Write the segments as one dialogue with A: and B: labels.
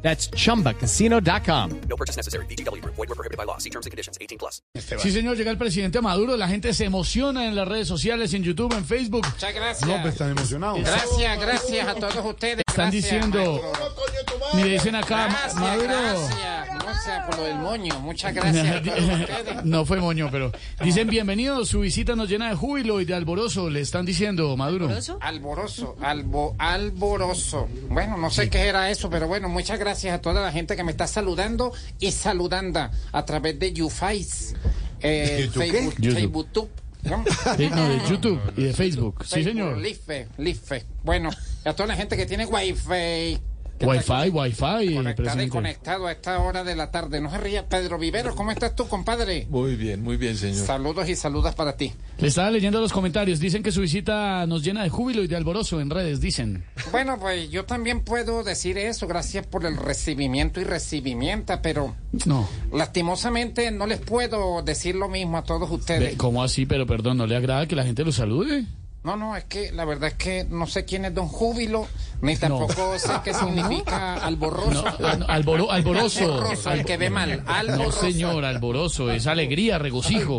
A: That's chumbacasino.com.
B: No purchase necessary. BGW. Void were prohibited by law. See terms and conditions. 18 plus.
C: Sí, señor, llega el presidente Maduro, la gente se emociona en las redes sociales, en YouTube, en Facebook.
D: Muchas gracias.
E: López pues, tan emocionado.
D: Gracias, gracias a todos ustedes.
C: Están
D: Gracias,
C: diciendo,
D: maestro.
C: me dicen acá,
D: Gracias,
C: Maduro.
D: gracias. No sea por lo del moño. Muchas gracias a todos ustedes.
C: No fue moño, pero dicen bienvenido, su visita nos llena de júbilo y de alborozo, le están diciendo Maduro.
D: Alboroso, albo, alboroso. Bueno, no sé qué era eso, pero bueno, muchas gracias a toda la gente que me está saludando y saludanda a través de YouFace, eh,
E: ¿YouTube qué?
D: Facebook, Facebook, Tube, ¿no?
C: Sí, no, de YouTube y de Facebook. Sí,
D: Facebook,
C: señor.
D: Life, Life. Bueno, a toda la gente que tiene Wi-Fi.
C: Wi-Fi, Wi-Fi,
D: Conectado y
C: presidente.
D: conectado a esta hora de la tarde. No se ría, Pedro Viveros, ¿cómo estás tú, compadre?
E: Muy bien, muy bien, señor.
D: Saludos y saludas para ti.
C: Le estaba leyendo los comentarios, dicen que su visita nos llena de júbilo y de alborozo en redes, dicen.
D: Bueno, pues yo también puedo decir eso, gracias por el recibimiento y recibimiento, pero
C: No,
D: lastimosamente no les puedo decir lo mismo a todos
C: ve,
D: ustedes.
C: ¿cómo así? Pero perdón, ¿no le agrada que la gente lo salude?
D: No, no, es que la verdad es que no sé quién es Don Júbilo, ni tampoco sé qué significa
C: No,
D: alborroso.
C: Ah, no, alboro- alboroso.
D: Alboroso, el que ve mal.
C: No,
D: Alboroso.
C: señor, alboroso, es alegría, regocijo.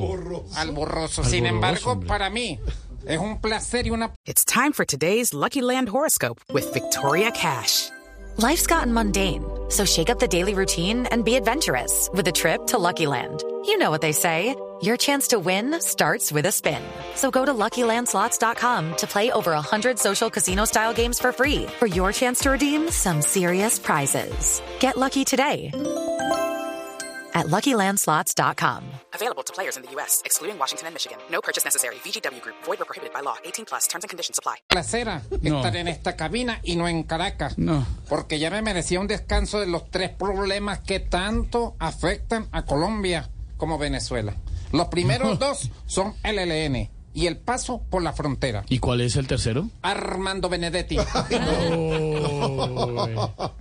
D: Alborroso. Sin
C: Alboroso,
D: embargo,
C: hombre.
D: para mí es un placer y una
F: It's time for today's Lucky Land horoscope with Victoria Cash.
G: Life's gotten mundane, so shake up the daily routine and be adventurous with a trip to Lucky Land. You know what they say your chance to win starts with a spin. So go to luckylandslots.com to play over 100 social casino style games for free for your chance to redeem some serious prizes. Get lucky today at luckylandslots.com.
F: Available to players in the U.S., excluding Washington and Michigan. No purchase necessary. VGW Group, void were prohibited by law. 18 plus terms and conditions apply.
D: placera
C: No.
D: estar en esta cabina y no en Caracas.
C: No.
D: Porque ya me merecía un descanso de los tres problemas que tanto afectan a Colombia como Venezuela. Los primeros dos son el LN y el paso por la frontera.
C: ¿Y cuál es el tercero?
D: Armando Benedetti.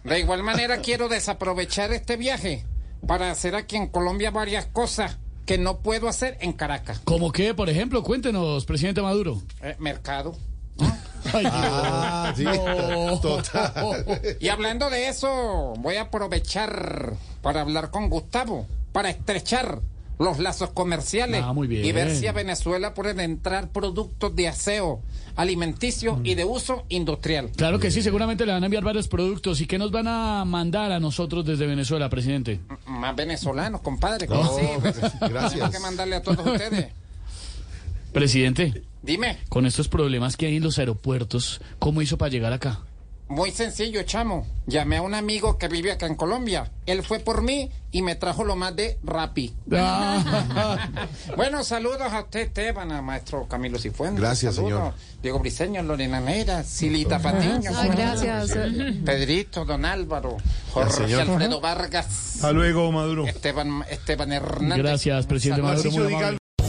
D: De igual manera quiero desaprovechar este viaje para hacer aquí en Colombia varias cosas que no puedo hacer en Caracas.
C: ¿Cómo qué, por ejemplo? Cuéntenos, presidente Maduro.
D: Eh, mercado.
C: Ay,
E: Ah, sí,
C: no.
E: total.
D: Y hablando de eso, voy a aprovechar para hablar con Gustavo, para estrechar los lazos comerciales
C: Ah, muy bien.
D: y ver si a Venezuela pueden entrar productos de aseo, alimenticio y de uso industrial.
C: Claro que sí, seguramente le van a enviar varios productos. ¿Y qué nos van a mandar a nosotros desde Venezuela, presidente?
D: Más venezolanos, compadre. ¿cómo
E: No,
D: así? Pues,
E: gracias.
D: Tenemos que mandarle a todos ustedes.
C: Presidente,
D: Dime,
C: con estos problemas que hay en los aeropuertos, ¿cómo hizo para llegar acá?
D: muy sencillo, chamo. Llamé a un amigo que vive acá en Colombia. Él fue por mí y me trajo lo más de Rappi. Bueno, saludos a usted, Esteban, a maestro Camilo Cifuentes.
E: Gracias,
D: Saludos.
E: señor.
D: Diego Briseño, Lorena Nera, Silita Patiño.
H: gracias.
D: Pedrito, Don Álvaro, Jorge
E: señor.
D: Alfredo Vargas,
E: Hasta luego, Maduro.
D: Esteban, Esteban Hernández.
C: Gracias, presidente Maduro. muy amable.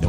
I: No